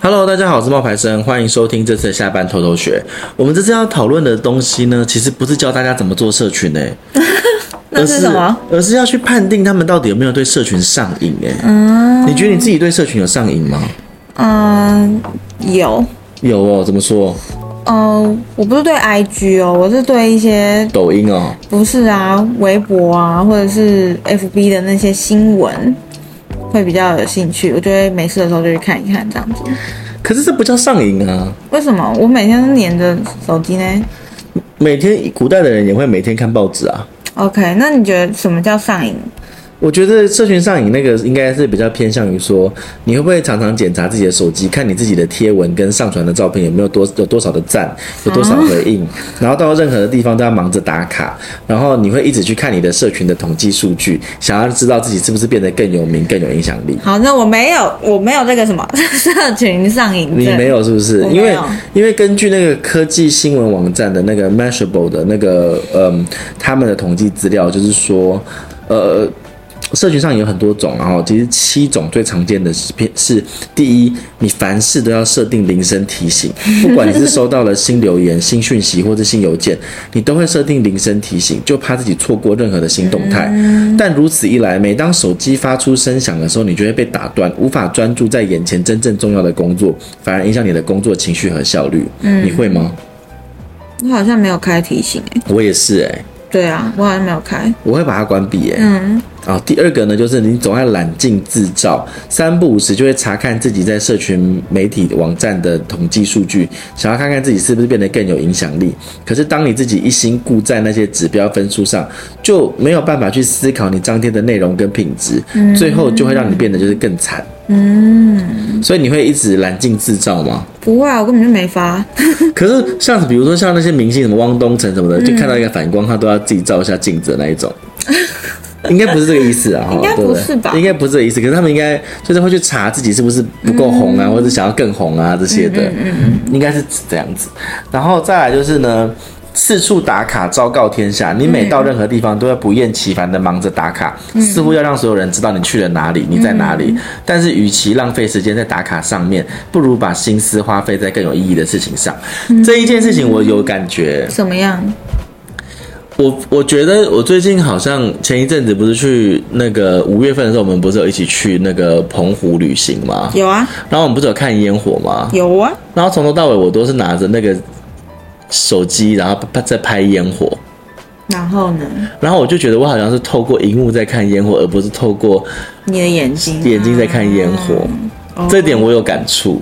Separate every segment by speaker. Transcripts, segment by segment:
Speaker 1: Hello，大家好，我是冒牌生，欢迎收听这次的下班偷偷学。我们这次要讨论的东西呢，其实不是教大家怎么做社群诶、
Speaker 2: 那
Speaker 1: 而
Speaker 2: 是
Speaker 1: 是
Speaker 2: 什么？
Speaker 1: 而是要去判定他们到底有没有对社群上瘾诶、你觉得你自己对社群有上瘾吗？
Speaker 2: 嗯，有，
Speaker 1: 有哦，怎么说？
Speaker 2: 嗯，我不是对 IG 哦，我是对一些
Speaker 1: 抖音哦，
Speaker 2: 不是啊，微博啊，或者是 FB 的那些新闻，会比较有兴趣。我就会没事的时候就去看一看这样子。
Speaker 1: 可是这不叫上瘾啊。
Speaker 2: 为什么我每天都黏着手机呢
Speaker 1: 每天古代的人也会每天看报纸啊。
Speaker 2: ？OK，那你觉得什么叫上瘾？
Speaker 1: 我觉得社群上瘾那个应该是比较偏向于说，你会不会常常检查自己的手机，看你自己的贴文跟上传的照片有没有多有多少的赞，有多少回应，然后到任何的地方都要忙着打卡，然后你会一直去看你的社群的统计数据，想要知道自己是不是变得更有名、更有影响力。
Speaker 2: 好，那我没有，我没有这个什么 社群上瘾症。
Speaker 1: 你没有是不是？
Speaker 2: 我没
Speaker 1: 因
Speaker 2: 有
Speaker 1: 为因为根据那个科技新闻网站的那个 Mashable 的那个嗯他们的统计资料，就是说呃。社群上有很多种，然后其实七种最常见的是是第一，你凡事都要设定铃声提醒， 不管你是收到了新留言、新讯息或者新邮件，你都会设定铃声提醒，就怕自己错过任何的新动态。但如此一来，每当手机发出声响的时候，你就会被打断，无法专注在眼前真正重要的工作，反而影响你的工作情绪和效率。你会吗？
Speaker 2: 我好像没有开提醒诶、
Speaker 1: 我也是哎、
Speaker 2: 对啊，我好像没有开。
Speaker 1: 我会把它关闭耶、
Speaker 2: 嗯，
Speaker 1: 啊、第二个呢，就是你总爱揽镜自照，三不五时就会查看自己在社群媒体网站的统计数据，想要看看自己是不是变得更有影响力。可是当你自己一心顾在那些指标分数上，就没有办法去思考你张贴的内容跟品质，最后就会让你变得就是更惨。嗯，所以你会一直揽镜自照吗？
Speaker 2: 不会啊，我根本就没发。
Speaker 1: 可是像比如说像那些明星什么汪东城什么的，就看到一个反光，他都要自己照一下镜子的那一种。应该不是这个意思啊，哈
Speaker 2: 嗯 应该
Speaker 1: 对对
Speaker 2: 不是吧
Speaker 1: 应该不是这个意思。可是他们应该就是会去查自己是不是不够红啊，或者想要更红啊这些的，应该是这样子。然后再来就是呢，四处打卡昭告天下，你每到任何地方都会不厌其烦的忙着打卡，似乎要让所有人知道你去了哪里，你在哪里。但是与其浪费时间在打卡上面，不如把心思花费在更有意义的事情上。这一件事情我有感觉，
Speaker 2: 怎么样？
Speaker 1: 我我觉得我最近好像前一阵子不是去那个五月份的时候，我们不是有一起去那个澎湖旅行吗？
Speaker 2: 有啊，
Speaker 1: 然后我们不是有看烟火吗？
Speaker 2: 有啊。
Speaker 1: 然后从头到尾我都是拿着那个手机，然后在拍烟火。
Speaker 2: 然后呢？
Speaker 1: 然后我就觉得我好像是透过荧幕在看烟火，而不是透过
Speaker 2: 你的眼睛，
Speaker 1: 眼睛在看烟火。
Speaker 2: 哦
Speaker 1: 这点我有感触，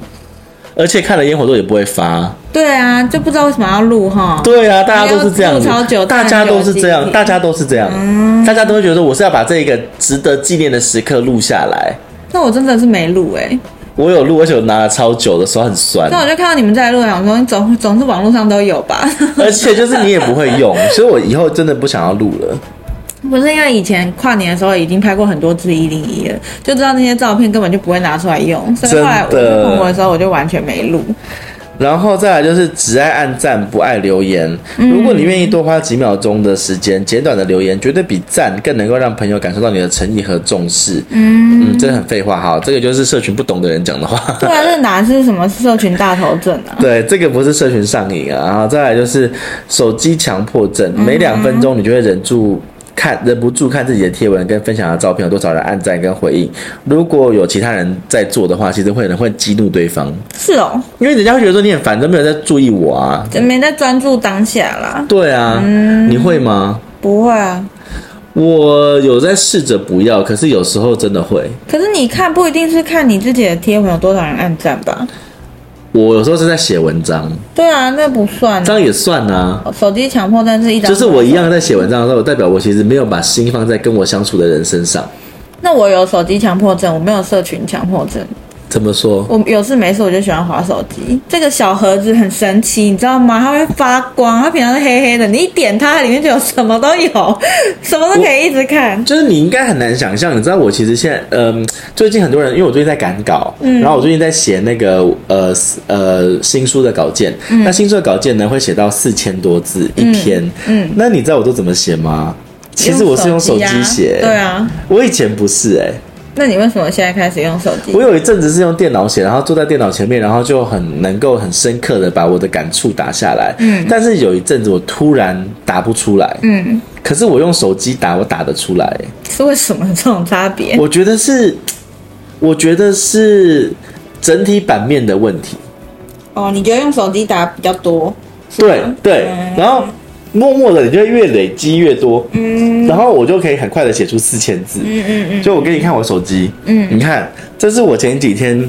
Speaker 1: 而且看了烟火之后也不会发。
Speaker 2: 对啊，就不知道为什么要录哈。
Speaker 1: 对啊，大家都是这样
Speaker 2: 还要吐槽
Speaker 1: 子，
Speaker 2: 久
Speaker 1: 大家都是这
Speaker 2: 看久
Speaker 1: 样，
Speaker 2: 了
Speaker 1: 大家都是这样，
Speaker 2: 嗯
Speaker 1: 大家都会觉得我是要把这一个值得纪念的时刻录下来。
Speaker 2: 那我真的是没录哎、
Speaker 1: 我有录，而且我拿了超久的，手很酸
Speaker 2: 那，我就看到你们在录，想说你总总是网络上都有吧？
Speaker 1: 而且就是你也不会用， 所以我以后真的不想要录了。
Speaker 2: 不是因为以前跨年的时候已经拍过很多支一零一了，就知道那些照片根本就不会拿出来用，所以后来我
Speaker 1: 真的
Speaker 2: 去澎湖的时候我就完全没录。
Speaker 1: 然后再来就是只爱按赞不爱留言。
Speaker 2: 嗯
Speaker 1: 如果你愿意多花几秒钟的时间，简短的留言绝对比赞更能够让朋友感受到你的诚意和重视。嗯嗯，这很废话哈，这个就是社群不懂的人讲的话。
Speaker 2: 对啊，这哪是什么社群大头症 啊？
Speaker 1: 对，这个不是社群上瘾啊，然后再来就是手机强迫症，每两分钟你就会忍住看，忍不住看自己的贴文跟分享的照片有多少人按赞跟回应。如果有其他人在做的话，其实会很会激怒对方，
Speaker 2: 是哦，
Speaker 1: 因为人家会觉得说你很烦，都没有在注意我啊。
Speaker 2: 没在专注当下啦。
Speaker 1: 对啊，你会吗？
Speaker 2: 不会啊，
Speaker 1: 我有在试着不要，可是有时候真的会。
Speaker 2: 可是你看不一定是看你自己的贴文有多少人按赞吧？
Speaker 1: 我有时候是在写文章，
Speaker 2: 对啊，那不算啊。
Speaker 1: 这样也算啊。
Speaker 2: 手机强迫症是一张，
Speaker 1: 就是我一。样在写文章的时候，代表我其实没有把心放在跟我相处的人身上。
Speaker 2: 那我有手机强迫症，我没有社群强迫症。
Speaker 1: 怎么说？
Speaker 2: 我有事没事我就喜欢划手机。这个小盒子很神奇，你知道吗？它会发光，它平常是黑黑的，你一点它，里面就有什么都有， 什么都可以一直看。
Speaker 1: 就是你应该很难想象，你知道我其实现在，嗯，最近很多人，因为我最近在赶稿，然后我最近在写那个呃呃新书的稿件，那新书的稿件呢会写到四千多字一篇，嗯，那你知道我都怎么写吗？其实我是用手
Speaker 2: 啊
Speaker 1: 机写，
Speaker 2: 对啊，
Speaker 1: 我以前不是哎、
Speaker 2: 那你为什么现在开始用手机
Speaker 1: 我？有一阵子是用电脑写，然后坐在电脑前面，然后就很能够很深刻的把我的感触打下来。嗯，但是有一阵子我突然打不出来，
Speaker 2: 嗯，
Speaker 1: 可是我用手机打，我打得出来。
Speaker 2: 是为什么有这种差别？
Speaker 1: 我觉得是，我觉得是整体版面的问题。
Speaker 2: 哦，你觉得用手机打比较多？是
Speaker 1: 对
Speaker 2: 吗
Speaker 1: 对
Speaker 2: 嗯，
Speaker 1: 然后默默的你就会越累积越多，嗯，然后我就可以很快的写出四千字，嗯嗯嗯，就我给你看我手机，嗯，你看，这是我前几天。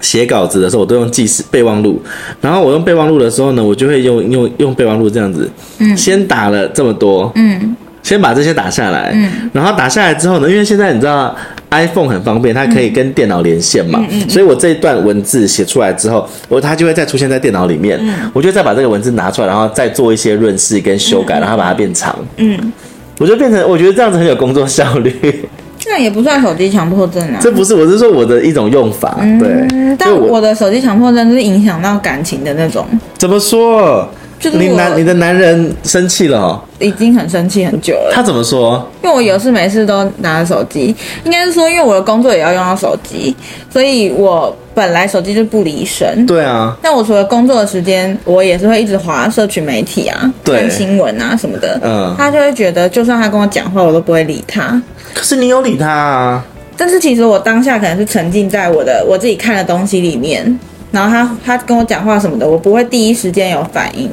Speaker 1: 写稿子的时候，我都用记事备忘录，然后我用备忘录的时候呢，我就会用用用备忘录这样子，嗯，先打了这么多，
Speaker 2: 嗯，
Speaker 1: 先把这些打下来，嗯，然后打下来之后呢，因为现在你知道 iPhone 很方便，它可以跟电脑连线嘛，
Speaker 2: 嗯
Speaker 1: 所以我这一段文字写出来之后，我它就会再出现在电脑里面，
Speaker 2: 嗯
Speaker 1: 我就再把这个文字拿出来，然后再做一些润饰跟修改，然后把它变长，
Speaker 2: 嗯，
Speaker 1: 我就变成我觉得这样子很有工作效率，
Speaker 2: 那也不算手机强迫症啊。
Speaker 1: 这不是我是说我的一种用法，对，
Speaker 2: 嗯，但
Speaker 1: 就
Speaker 2: 我的手机强迫症就是影响到感情的那种，
Speaker 1: 怎么说？
Speaker 2: 就是
Speaker 1: 你
Speaker 2: 我
Speaker 1: 男你的男人生气了、哦，
Speaker 2: 已经很生气很久了。
Speaker 1: 他怎么说？
Speaker 2: 因为我有事没事都拿着手机，应该是说因为我的工作也要用到手机，所以我本来手机就不离身。
Speaker 1: 对啊，
Speaker 2: 那我除了工作的时间，我也是会一直划社群媒体啊，
Speaker 1: 对
Speaker 2: 看新闻啊什么的。
Speaker 1: 嗯
Speaker 2: 他就会觉得，就算他跟我讲话，我都不会理他。
Speaker 1: 可是你有理他啊，
Speaker 2: 但是其实我当下可能是沉浸在我的我自己看的东西里面，然后他他跟我讲话什么的，我不会第一时间有反应，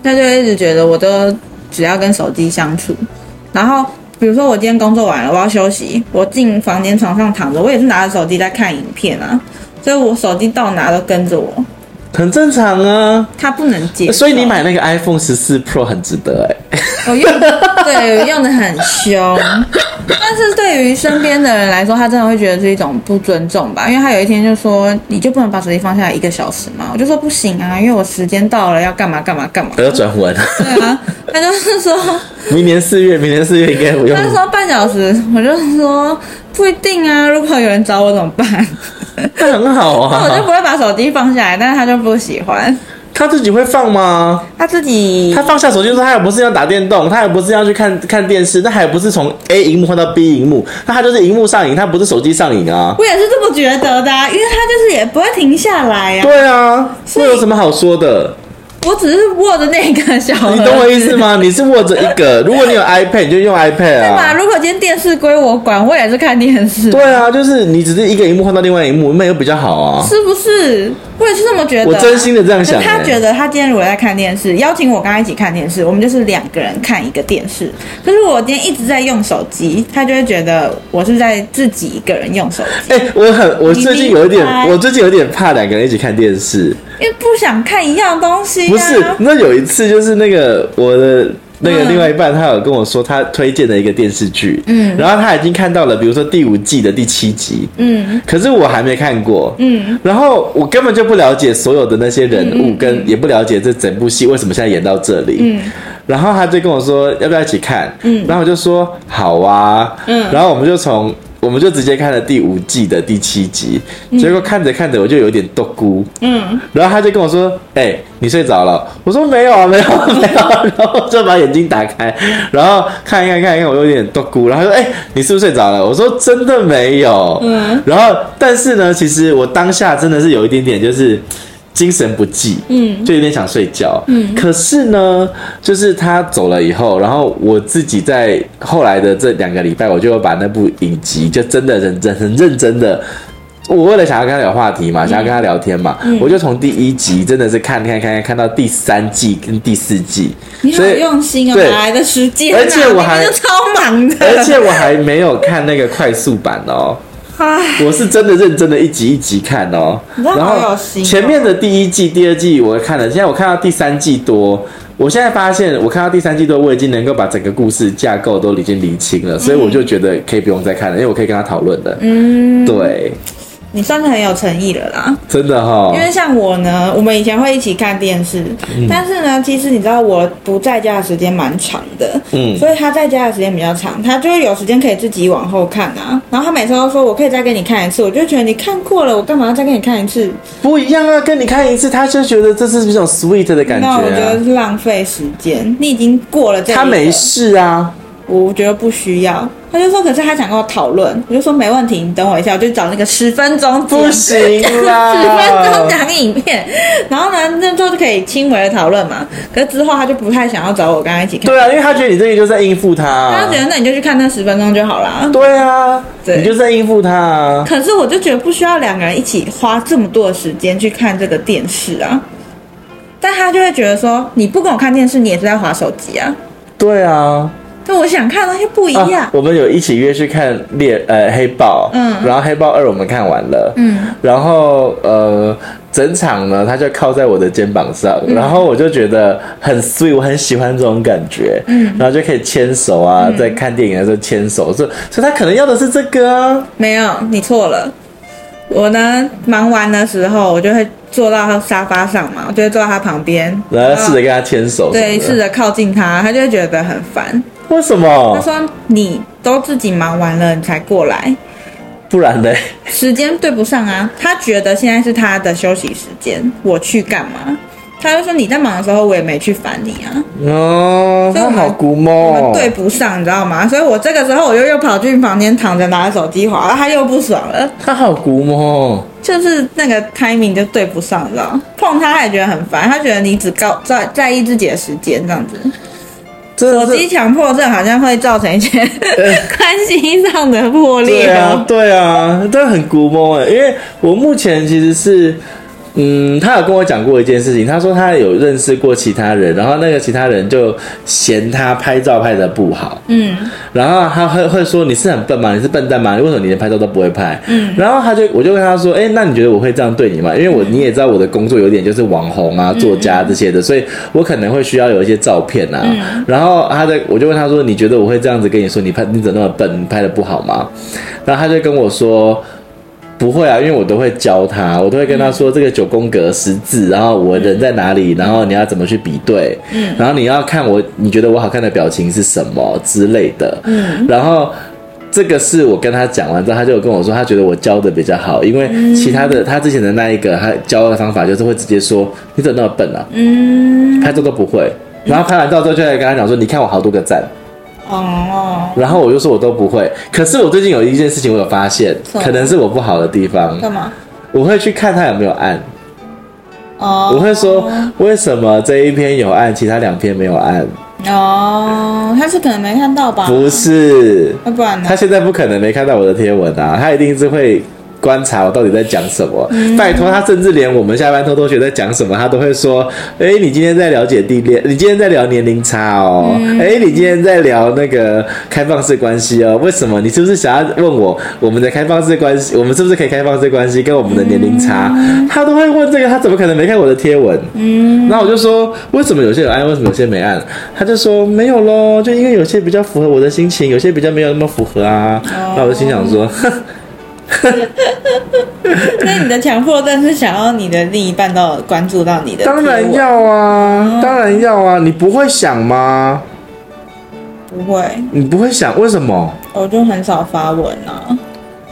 Speaker 2: 他就会一直觉得我都只要跟手机相处。然后比如说我今天工作完了，我要休息，我进房间床上躺着，我也是拿着手机在看影片啊，所以我手机到哪都跟着我，
Speaker 1: 很正常啊。
Speaker 2: 他不能接受。
Speaker 1: 所以你买那个 iPhone 十四 Pro 很值得哎、
Speaker 2: 我用 对用的很凶，但是对于身边的人来说，他真的会觉得是一种不尊重吧？因为他有一天就说：“你就不能把手机放下来一个小时吗？”我就说：“不行啊，因为我时间到了要干嘛干嘛干嘛。”
Speaker 1: 我要转文，
Speaker 2: 对啊，他就是说，
Speaker 1: 明年四月，明年四月应该不用
Speaker 2: 他。就说半小时，我就说不一定啊，如果有人找我怎么办？
Speaker 1: 那很好
Speaker 2: 那我就
Speaker 1: 啊，
Speaker 2: 不会把手机放下来，但是他就不喜欢，
Speaker 1: 他自己会放吗？
Speaker 2: 他自己
Speaker 1: 他放下手机说，他也不是要打电动，他也不是要去看看电视，那还不是从 A 荧幕换到 B 荧幕，那他就是荧幕上瘾，他不是手机上瘾啊。
Speaker 2: 我也是这么觉得的、啊，因为他就是也不会停下来呀、啊。
Speaker 1: 对啊，
Speaker 2: 所
Speaker 1: 这
Speaker 2: 以
Speaker 1: 有什么好说的？
Speaker 2: 我只是握着 那个小盒子，
Speaker 1: 你懂我意思吗？你是握着一 个，如果你有 iPad，你就用 iPad
Speaker 2: 对吧？
Speaker 1: 啊。
Speaker 2: 如果今天电视归我管，我也是看电视，
Speaker 1: 对啊，就是你只是一个荧幕换到另外一个荧幕，那又比较好啊。
Speaker 2: 是不是？我也是这么觉得。啊
Speaker 1: 我真心的这样想
Speaker 2: 可是他
Speaker 1: 欸
Speaker 2: 觉得他今天如果在看电视，邀请我跟他一起看电视，我们就是两个人看一个电视。可是我今天一直在用手机，他就会觉得我是在自己一个人用手机，
Speaker 1: 哎、我很，我最近有一点
Speaker 2: 你明白，
Speaker 1: 我最近有点怕两个人一起看电视。
Speaker 2: 因为不想看一样东西、啊。
Speaker 1: 不是，那有一次就是那个我的那个
Speaker 2: 嗯
Speaker 1: 另外一半，他有跟我说他推荐的一个电视剧，嗯，然后他已经看到了，比如说第五季的第七集，
Speaker 2: 嗯
Speaker 1: 可是我还没看过，
Speaker 2: 嗯，
Speaker 1: 然后我根本就不了解所有的那些人物，跟也不了解这整部戏为什么现在演到这里。嗯，然后他就跟我说要不要一起看，嗯，然后我就说好啊，嗯，然后我们就从我们就直接看了第五季的第七集，结果看着看着我就有点剁咕，嗯， 然后他就跟我说，哎、你睡着了？我说没有啊， 没有啊、没有啊， 然后我就把眼睛打开，然后看一看看一看，我有点剁咕，然后他说，哎、你是不是睡着了？我说真的没有，嗯，然后但是呢，其实我当下真的是有一点点就是。精神不济，嗯，就有点想睡觉，嗯。可是呢，就是他走了以后，然后我自己在后来的这两个礼拜，我就把那部影集就真的认真、很认真的，我为了想要跟他有话题嘛，
Speaker 2: 嗯
Speaker 1: 想要跟他聊天嘛，我就从第一集真的是看看看看看到第三季跟第四季，
Speaker 2: 你好
Speaker 1: 所以
Speaker 2: 用心啊、
Speaker 1: 对
Speaker 2: 哪来的时间、啊？
Speaker 1: 而且我还
Speaker 2: 明明就超忙的，
Speaker 1: 而且我还没有看那个快速版哦。
Speaker 2: 唉，
Speaker 1: 我是真的认真的一集一集看哦，
Speaker 2: 你真的
Speaker 1: 然
Speaker 2: 好
Speaker 1: 后
Speaker 2: 有心哦
Speaker 1: 前面的第一季、第二季我看了，现在我看到第三季多，我现在发现我看到第三季多，我已经能够把整个故事架构都已经理清了，
Speaker 2: 嗯
Speaker 1: 所以我就觉得可以不用再看了，因为我可以跟他讨论的。嗯，对，
Speaker 2: 你算是很有诚意了啦。
Speaker 1: 真的哈、哦
Speaker 2: 因，为像我呢，我们以前会一起看电视，
Speaker 1: 嗯
Speaker 2: 但是呢，其实你知道我不在家的时间蛮长的，
Speaker 1: 嗯
Speaker 2: 所以他在家的时间比较长，他就有时间可以自己往后看啊。然后他每次都说我可以再给你看一次，我就觉得你看过了，我干嘛要再给你看一次？
Speaker 1: 不一样啊，跟你看一次，他就觉得这是一种 sweet 的感觉、
Speaker 2: 那我觉得
Speaker 1: 啊，
Speaker 2: 是浪费时间，你已经过了这一
Speaker 1: 他没
Speaker 2: 个
Speaker 1: 事啊，
Speaker 2: 我觉得不需要。他就说，可是他想跟我讨论，我就说没问题，你等我一下，我就找那个十分钟剪
Speaker 1: 不行啊啦
Speaker 2: 十分钟讲影片，然后呢，那就可以轻微的讨论嘛。可是之后他就不太想要找我跟他一起看，
Speaker 1: 对啊，因为他觉得你这个就是在应付他、
Speaker 2: 他就觉得那你就去看那十分钟就好啦。
Speaker 1: 啊对啊，
Speaker 2: 对
Speaker 1: 你就是在应付他啊。
Speaker 2: 可是我就觉得不需要两个人一起花这么多的时间去看这个电视啊。但他就会觉得说，你不跟我看电视，你也是在划手机啊。
Speaker 1: 对啊，
Speaker 2: 但我想看的东西不一样。
Speaker 1: 啊我们有一起约去看猎呃黑豹，
Speaker 2: 嗯
Speaker 1: 然后黑豹二我们看完了，
Speaker 2: 嗯，
Speaker 1: 然后呃整场呢他就靠在我的肩膀上，
Speaker 2: 嗯
Speaker 1: 然后我就觉得很 sweet，我很喜欢这种感觉，嗯，然后就可以牵手啊，
Speaker 2: 嗯
Speaker 1: 在看电影的时候牵手，所以所以他可能要的是这个啊，
Speaker 2: 没有，你错了。我呢，忙完的时候，我就会坐到他沙发上嘛，我就会坐到他旁边，
Speaker 1: 然后试着
Speaker 2: 然
Speaker 1: 跟他牵手，
Speaker 2: 后对，试
Speaker 1: 的，
Speaker 2: 着靠近他，他就会觉得很烦。
Speaker 1: 为什
Speaker 2: 他
Speaker 1: 么？
Speaker 2: 说：“你都自己忙完了，你才过来，
Speaker 1: 不然呢？
Speaker 2: 时间对不上啊。”他觉得现在是他的休息时间，我去干嘛？他就说：“你在忙的时候，我也没去烦你啊，
Speaker 1: 哦，
Speaker 2: 所以
Speaker 1: 他
Speaker 2: 我们
Speaker 1: 好古
Speaker 2: 我
Speaker 1: 摸
Speaker 2: 们，对，不上，你知道吗？”所以，我这个时候我又又跑进房间躺着拿着手机滑，然后他又不爽了。
Speaker 1: 他好古摸。
Speaker 2: 就是那个 timing 就对不上，你知道吗？碰他他也觉得很烦，他觉得你只高在在意自己的时间这样子。
Speaker 1: 真的
Speaker 2: 手
Speaker 1: 是
Speaker 2: 机强迫症好像会造成一些 关系上的破裂
Speaker 1: 对啊
Speaker 2: 哦，。
Speaker 1: 对啊，但很估摸哎，因为我目前其实是。嗯，他有跟我讲过一件事情，他说他有认识过其他人，然后那个其他人就嫌他拍照拍的不好，
Speaker 2: 嗯，
Speaker 1: 然后他会会说你是很笨吗？你是笨蛋吗？为什么你连拍照都不会拍？嗯，然后他就我就问他说，哎、那你觉得我会这样对你吗？因为我你也知道我的工作有点就是网红啊、作家这些的，所以我可能会需要有一些照片啊。然后他的我就问他说，你觉得我会这样子跟你说你拍你怎么那么笨，你拍的不好吗？然后他就跟我说。不会啊，因为我都会教他，我都会跟他说这个九宫格十字，然后我人在哪里，然后你要怎么去比对，嗯，然后你要看我你觉得我好看的表情是什么之类的，嗯，然后。这个是我跟他讲完之后，他就有跟我说，他觉得我教的比较好，因为其他的、他之前的那一个他教的方法就是会直接说你怎么那么笨啊，嗯，拍照都不会，然后拍完照之后就来跟他讲说，你看我好多个赞，
Speaker 2: 哦，
Speaker 1: 然后我就说我都不会，可是我最近有一件事情我有发现，
Speaker 2: 什么
Speaker 1: 可能是我不好的地方，
Speaker 2: 干嘛？
Speaker 1: 我会去看他有没有按，
Speaker 2: 哦，
Speaker 1: 我会说为什么这一篇有按，其他两篇没有按？
Speaker 2: 哦，他是可能没看到吧？
Speaker 1: 不，是，
Speaker 2: 要不然呢
Speaker 1: 他？现在不可能没看到我的贴文啊，他一定是会观察我到底在讲什么。拜托，他甚至连我们下班偷偷学在讲什么，他都会说：“哎、你今天在聊姐弟恋，你今天在聊年龄差哦，哎、你今天在聊那个开放式关系哦，为什么？你是不是想要问我我们的开放式关系，我们是不是可以开放式关系跟我们的年龄差？”他都会问这个，他怎么可能没看我的贴文？嗯，那我就说为什么有些有按，为什么有些没按？他就说没有咯，就因为有些比较符合我的心情，有些比较没有那么符合啊。那我就心想说， 呵
Speaker 2: 那你的强迫症是想要你的另一半都有关注到你的？
Speaker 1: 当然，要啊，当然要啊，你不会想吗？
Speaker 2: 不会，
Speaker 1: 你不会想为什么？
Speaker 2: 我就很少发文啊。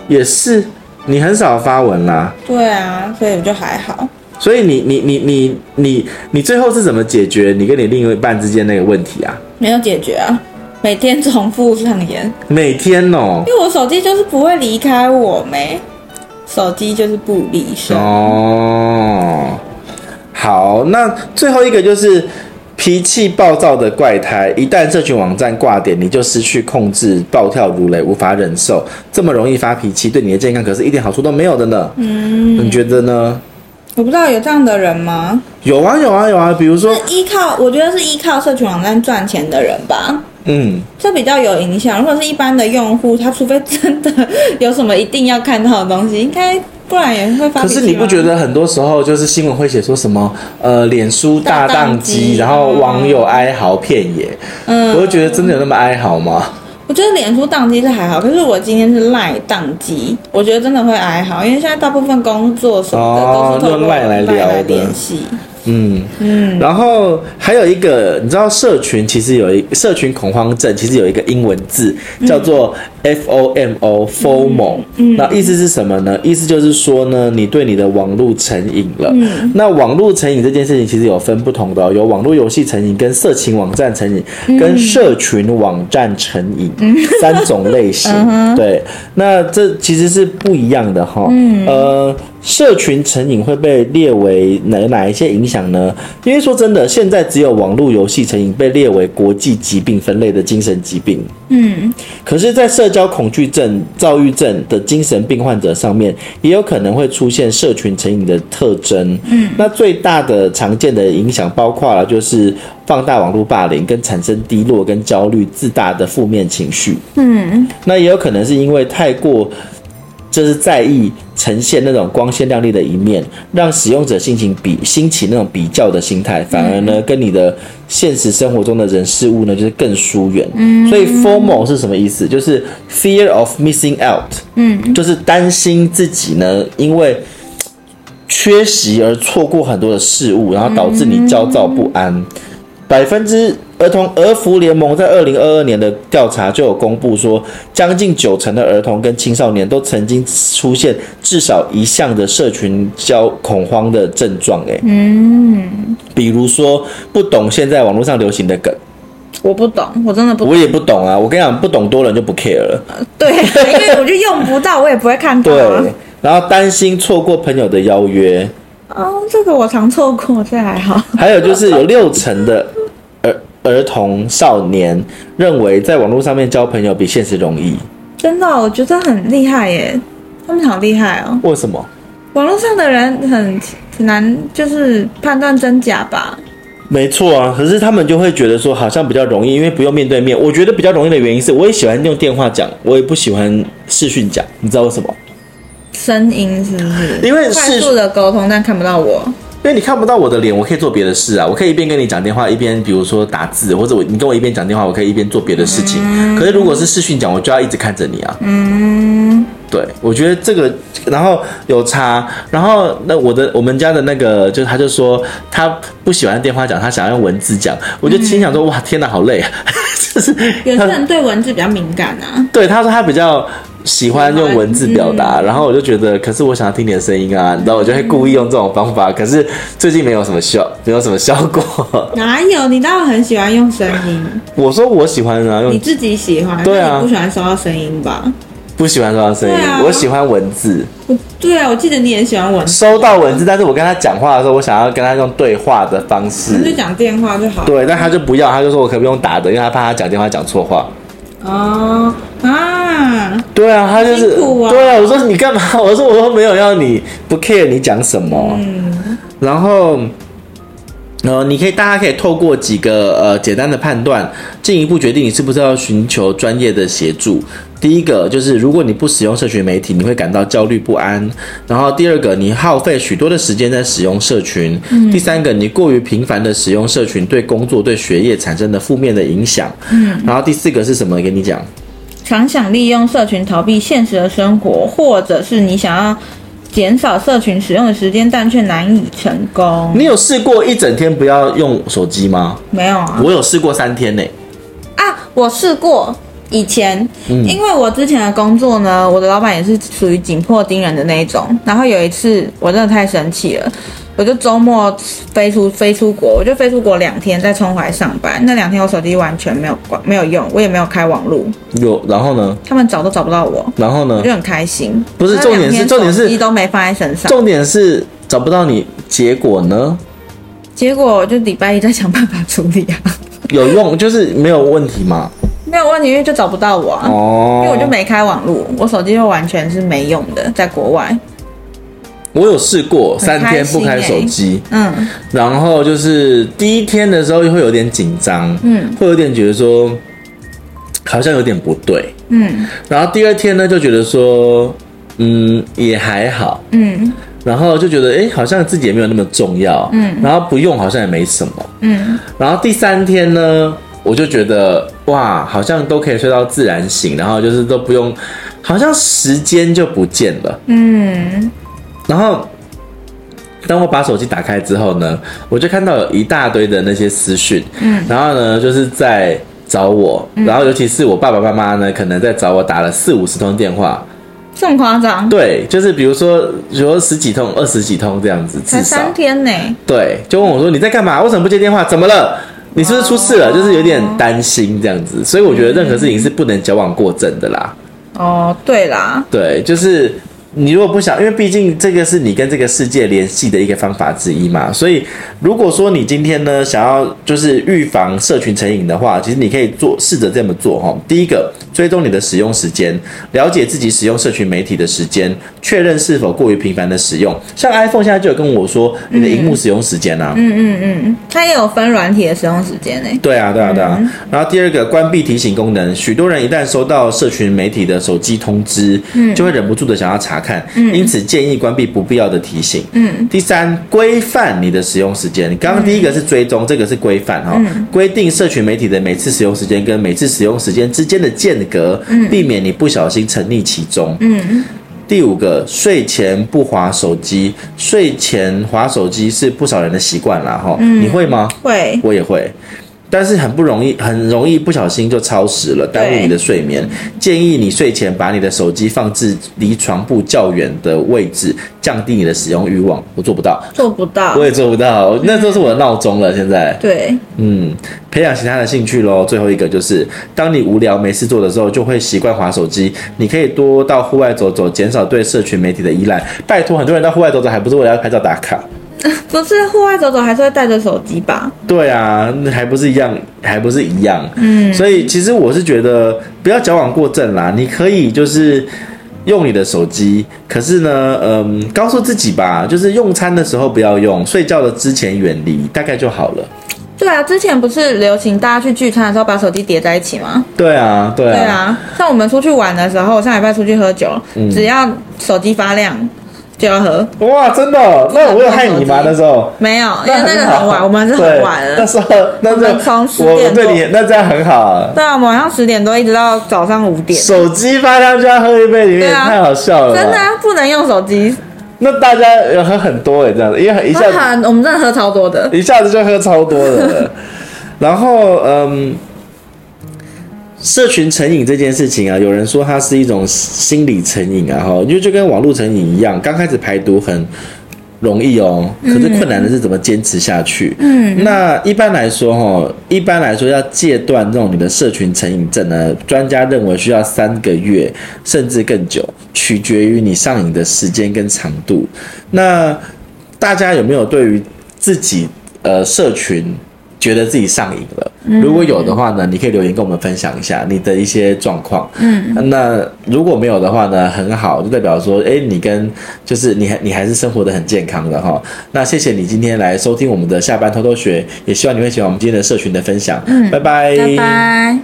Speaker 1: 也是，你很少发文啦、
Speaker 2: 对啊，所以我就还好。
Speaker 1: 所以你你你你你你最后是怎么解决你跟你另一半之间那个问题啊？
Speaker 2: 没有解决啊，每天重复上演，
Speaker 1: 每天哦
Speaker 2: 因为我手机就是不会离开我没，手机就是不离身。
Speaker 1: 哦，好，那最后一个就是脾气暴躁的怪胎，一旦社群网站挂点，你就失去控制，暴跳如雷，无法忍受，这么容易发脾气，对你的健康可是一点好处都没有的呢。嗯，你觉得呢？
Speaker 2: 我不知道有这样的人吗？
Speaker 1: 有啊，有啊，有啊，比如说，
Speaker 2: 依靠，我觉得是依靠社群网站赚钱的人吧。
Speaker 1: 嗯，
Speaker 2: 这比较有影响。如果是一般的用户，他除非真的有什么一定要看到的东西，应该不然也会发
Speaker 1: 可
Speaker 2: 脾气
Speaker 1: 是
Speaker 2: 吗。
Speaker 1: 你不觉得很多时候就是新闻会写说什么，呃，脸书大
Speaker 2: 大
Speaker 1: 宕
Speaker 2: 宕
Speaker 1: 机，
Speaker 2: 机
Speaker 1: 然后网友哀嚎遍野，我
Speaker 2: 嗯，
Speaker 1: 就觉得真的有那么哀嚎吗？
Speaker 2: 我觉得脸书宕机是还好，可是我今天是赖宕机，我觉得真的会还好，因为现在大部分工作什么的都
Speaker 1: 哦
Speaker 2: 是透
Speaker 1: 用
Speaker 2: 过
Speaker 1: Line 来聊的
Speaker 2: 来联系。
Speaker 1: 嗯嗯，然后还有一个，你知道社群其实有一社群恐慌症，其实有一个英文字叫做 FOMO FOMO，、那意思是什么呢？意思就是说呢，你对你的网络成瘾了。那网络成瘾这件事情其实有分不同的哦、有网络游戏成瘾、跟色情网站成瘾、跟社群网站成瘾、三种类型。对，那这其实是不一样的哈、呃。社群成瘾会被列为哪哪一些影响呢？因为说真的，现在只有网络游戏成瘾被列为国际疾病分类的精神疾病。
Speaker 2: 嗯，
Speaker 1: 可是，在社交恐惧症、躁郁症的精神病患者上面，也有可能会出现社群成瘾的特征。嗯，那最大的常见的影响包括了就是放大网络霸凌，跟产生低落、跟焦虑、自大的负面情绪。嗯，那也有可能是因为太过就是在意呈现那种光鲜亮丽的一面，让使用者心情比兴起那种比较的心态，反而呢跟你的现实生活中的人事物呢就是更疏远。嗯，所以 FOMO 是什么意思？就是 fear of missing out，嗯，就是担心自己呢因为缺席而错过很多的事物，然后导致你焦躁不安。百分之儿童儿福联盟在二零二二年的调查就有公布说，将近九成的儿童跟青少年都曾经出现至少一项的社群焦恐慌的症状。哎，嗯，比如说不懂现在网络上流行的梗，
Speaker 2: 我不懂，我真的不懂。
Speaker 1: 我也不懂啊。我啊跟你讲，不懂多了就不 care 了。
Speaker 2: 对，因为我就用不到，我也不会看到、啊。
Speaker 1: 对，然后担心错过朋友的邀约，
Speaker 2: 哦，这个我常错过，这还好。
Speaker 1: 还有就是有六成的儿儿童少年认为在网络上面交朋友比现实容易。
Speaker 2: 真的哦、我觉得很厉害耶，他们好厉害哦。
Speaker 1: 为什么？
Speaker 2: 网络上的人很很难，就是判断真假吧。
Speaker 1: 没错啊，可是他们就会觉得说好像比较容易，因为不用面对面。我觉得比较容易的原因是，我也喜欢用电话讲，我也不喜欢视讯讲，你知道为什么？
Speaker 2: 声音是不是？
Speaker 1: 因为
Speaker 2: 快
Speaker 1: 是
Speaker 2: 速的沟通，但看不到我。
Speaker 1: 因为你看不到我的脸，我可以做别的事啊，我可以一边跟你讲电话，一边比如说打字，或者我你跟我一边讲电话，我可以一边做别的事情。可是如果是视讯讲，我就要一直看着你啊。嗯，对，我觉得这个，然后有差，然后那我的我们家的那个，就是他就说他不喜欢电话讲，他想要用文字讲，我就心想说、哇，天哪，好累啊， 就是
Speaker 2: 有些
Speaker 1: 他
Speaker 2: 人对文字比较敏感啊。
Speaker 1: 对，他说他比较喜欢用文字表
Speaker 2: 嗯
Speaker 1: 达，然后我就觉得，可是我想要听你的声音啊，你知道，我就会故意用这种方法，可是最近没有什么效，没有什么效果。
Speaker 2: 哪有？你当然很喜欢用声音，
Speaker 1: 我说我喜欢啊，
Speaker 2: 你
Speaker 1: 用
Speaker 2: 自己喜欢，
Speaker 1: 嗯对啊
Speaker 2: 那你不喜欢收到声音吧？
Speaker 1: 不喜欢收到声音，
Speaker 2: 对啊
Speaker 1: 我喜欢文字，
Speaker 2: 我对啊，我记得你也喜欢文字，
Speaker 1: 收到文字，但是我跟他讲话的时候，我想要跟他用对话的方
Speaker 2: 那就
Speaker 1: 式。
Speaker 2: 讲电话就好。
Speaker 1: 对，但他就不要，他就说我可不可以用打的，因为他怕他讲电话讲错话。
Speaker 2: 哦啊，
Speaker 1: 对啊，他就是
Speaker 2: 辛苦啊
Speaker 1: 对啊。我说你干嘛？ 我说我说没有要你不 care 你讲什么。
Speaker 2: 嗯
Speaker 1: 然后，呃，你可以大家可以透过几个呃简单的判断，进一步决定你是不是要寻求专业的协助。第一个就是，如果你不使用社群媒体，你会感到焦虑不安。然后第二个，你耗费许多的时间在使用社群。
Speaker 2: 嗯
Speaker 1: 第三个，你过于频繁的使用社群，对工作、对学业产生的负面的影响。嗯。然后第四个是什么？给你讲。
Speaker 2: 常想利用社群逃避现实的生活，或者是你想要减少社群使用的时间，但却难以成功。
Speaker 1: 你有试过一整天不要用手机吗？
Speaker 2: 没有啊
Speaker 1: 我有试过三天呢、
Speaker 2: 啊，我试过。以前，
Speaker 1: 嗯
Speaker 2: 因为我之前的工作呢，我的老板也是属于紧迫盯人的那一种。然后有一次，我真的太生气了，我就周末飞出飞出国，我就飞出国两天，在冲回来上班。那两天我手机完全没有关，没有用，我也没有开网络，
Speaker 1: 有，然后呢？
Speaker 2: 他们找都找不到我。
Speaker 1: 然后呢
Speaker 2: 我就？很开心。
Speaker 1: 不是
Speaker 2: 那
Speaker 1: 重点
Speaker 2: 两天
Speaker 1: 是重点是
Speaker 2: 手机都没放在身上。
Speaker 1: 重点是找不到你，结果呢？
Speaker 2: 结果就礼拜一再想办法处理啊，
Speaker 1: 有用就是没有问题嘛？
Speaker 2: 没有问题，因为就找不到我啊，
Speaker 1: 哦，
Speaker 2: 因为我就没开网路，我手机就完全是没用的，在国外。
Speaker 1: 我有试过
Speaker 2: 很
Speaker 1: 三天
Speaker 2: 开
Speaker 1: 不开
Speaker 2: 心欸
Speaker 1: 手机，
Speaker 2: 嗯
Speaker 1: 然后就是第一天的时候会有点紧张，
Speaker 2: 嗯，
Speaker 1: 会有点觉得说好像有点不对，
Speaker 2: 嗯
Speaker 1: 然后第二天呢就觉得说嗯也还好，
Speaker 2: 嗯
Speaker 1: 然后就觉得哎、诶好像自己也没有那么重要，嗯，然后不用好像也没什么，
Speaker 2: 嗯，
Speaker 1: 然后第三天呢，我就觉得哇，好像都可以睡到自然醒，然后就是都不用，
Speaker 2: 嗯
Speaker 1: 好像时间就不见了，嗯，然后当我把手机打开之后呢，我就看到有一大堆的那些私讯，嗯，然后呢就是在找我，然后尤其是我爸爸妈妈呢，可能在找我打了四五十通电话，
Speaker 2: 这么夸张？
Speaker 1: 对，就是比如说，比如说十几通、二十几通这样子，
Speaker 2: 才
Speaker 1: 至少
Speaker 2: 三天呢，
Speaker 1: 对，就问我说你在干嘛？为什么不接电话？怎么了？你是不是出事了？就是有点担心这样子，所以我觉得任何事情是不能矫枉过正的啦。
Speaker 2: 哦，对啦，
Speaker 1: 对，就是你如果不想，因为毕竟这个是你跟这个世界联系的一个方法之一嘛，所以如果说你今天呢想要就是预防社群成瘾的话，其实你可以做试着这么做哈。第一个，追踪你的使用时间，了解自己使用社群媒体的时间，确认是否过于频繁的使用。像 iPhone 现在就有跟我说你的荧幕使用时间啊，
Speaker 2: 它也有分软体的使用时间呢。
Speaker 1: 对啊，对啊，对啊。然后第二个，关闭提醒功能，许多人一旦收到社群媒体的手机通知，就会忍不住的想要查看，因此建议关闭不必要的提醒。嗯。第三，规范你的使用时间。刚刚第一个是追踪，这个是规范哈、规定社群媒体的每次使用时间跟每次使用时间之间的间隔，避免你不小心沉溺其中。第五个，睡前不划手机，睡前划手机是不少人的习惯啦，哈、你会吗？
Speaker 2: 会，
Speaker 1: 我也会，但是很不容易，很容易不小心就超时了，耽误
Speaker 2: 对
Speaker 1: 你的睡眠。建议你睡前把你的手机放置离床铺较远的位置，降低你的使用欲望。我做不到，
Speaker 2: 做不到
Speaker 1: 我。也做不到，那都是我的闹钟了。现在，
Speaker 2: 对，
Speaker 1: 嗯，培养其他的兴趣喽。最后一个就是，当你无聊没事做的时候，就会习惯划手机。你可以多到户外走走，减少对社群媒体的依赖。拜托，很多人到户外走走，还不是为了要拍照打卡。
Speaker 2: 不是户外走走还是会带着手机吧？
Speaker 1: 对啊，那还不是一样，还不是一样。嗯，所以其实我是觉得不要矫枉过正啦，你可以就是用你的手机，可是呢，嗯，告诉自己吧，就是用餐的时候不要用，睡觉的之前远离，大概就好了。
Speaker 2: 对啊，之前不是流行大家去聚餐的时候把手机叠在一起吗？
Speaker 1: 对啊，对啊，
Speaker 2: 对啊，像我们出去玩的时候，上礼拜出去喝酒，
Speaker 1: 嗯
Speaker 2: 只要手机发亮就要喝。
Speaker 1: 哇，真的哦，那我有害你吗？那时候。
Speaker 2: 没有，因为那个
Speaker 1: 好
Speaker 2: 很晚，我们是很晚
Speaker 1: 对
Speaker 2: 了
Speaker 1: 那。时候，那
Speaker 2: 我们
Speaker 1: 时候
Speaker 2: 从10
Speaker 1: 我我
Speaker 2: 点
Speaker 1: 对
Speaker 2: 多
Speaker 1: 你，那这样很好啊。
Speaker 2: 对啊，我们晚上十点多一直到早上五点。
Speaker 1: 手机发亮就要喝一杯，你们也
Speaker 2: 对啊
Speaker 1: 太好笑了吧。
Speaker 2: 真的、啊、不能用手机，
Speaker 1: 那大家有喝很多哎，这样子，因为一
Speaker 2: 我
Speaker 1: 下子
Speaker 2: 很我们真的喝超多 的。
Speaker 1: 一下子就喝超多了。然后，嗯，社群成瘾这件事情啊，有人说它是一种心理成瘾啊，哈，因为就跟网络成瘾一样，刚开始排毒很容易哦，可是困难的是怎么坚持下去。嗯，那一般来说，哈，一般来说要戒断这种你的社群成瘾症呢，专家认为需要三个月甚至更久，取决于你上瘾的时间跟长度。那大家有没有对于自己呃社群觉得自己上瘾了？如果有的话呢，你可以留言跟我们分享一下你的一些状况。嗯，那如果没有的话呢，很好，就代表说，哎、你跟就是你还你还是生活的很健康的哈。那谢谢你今天来收听我们的下班偷偷学，也希望你会喜欢我们今天的社群的分享。嗯，拜
Speaker 2: 拜拜。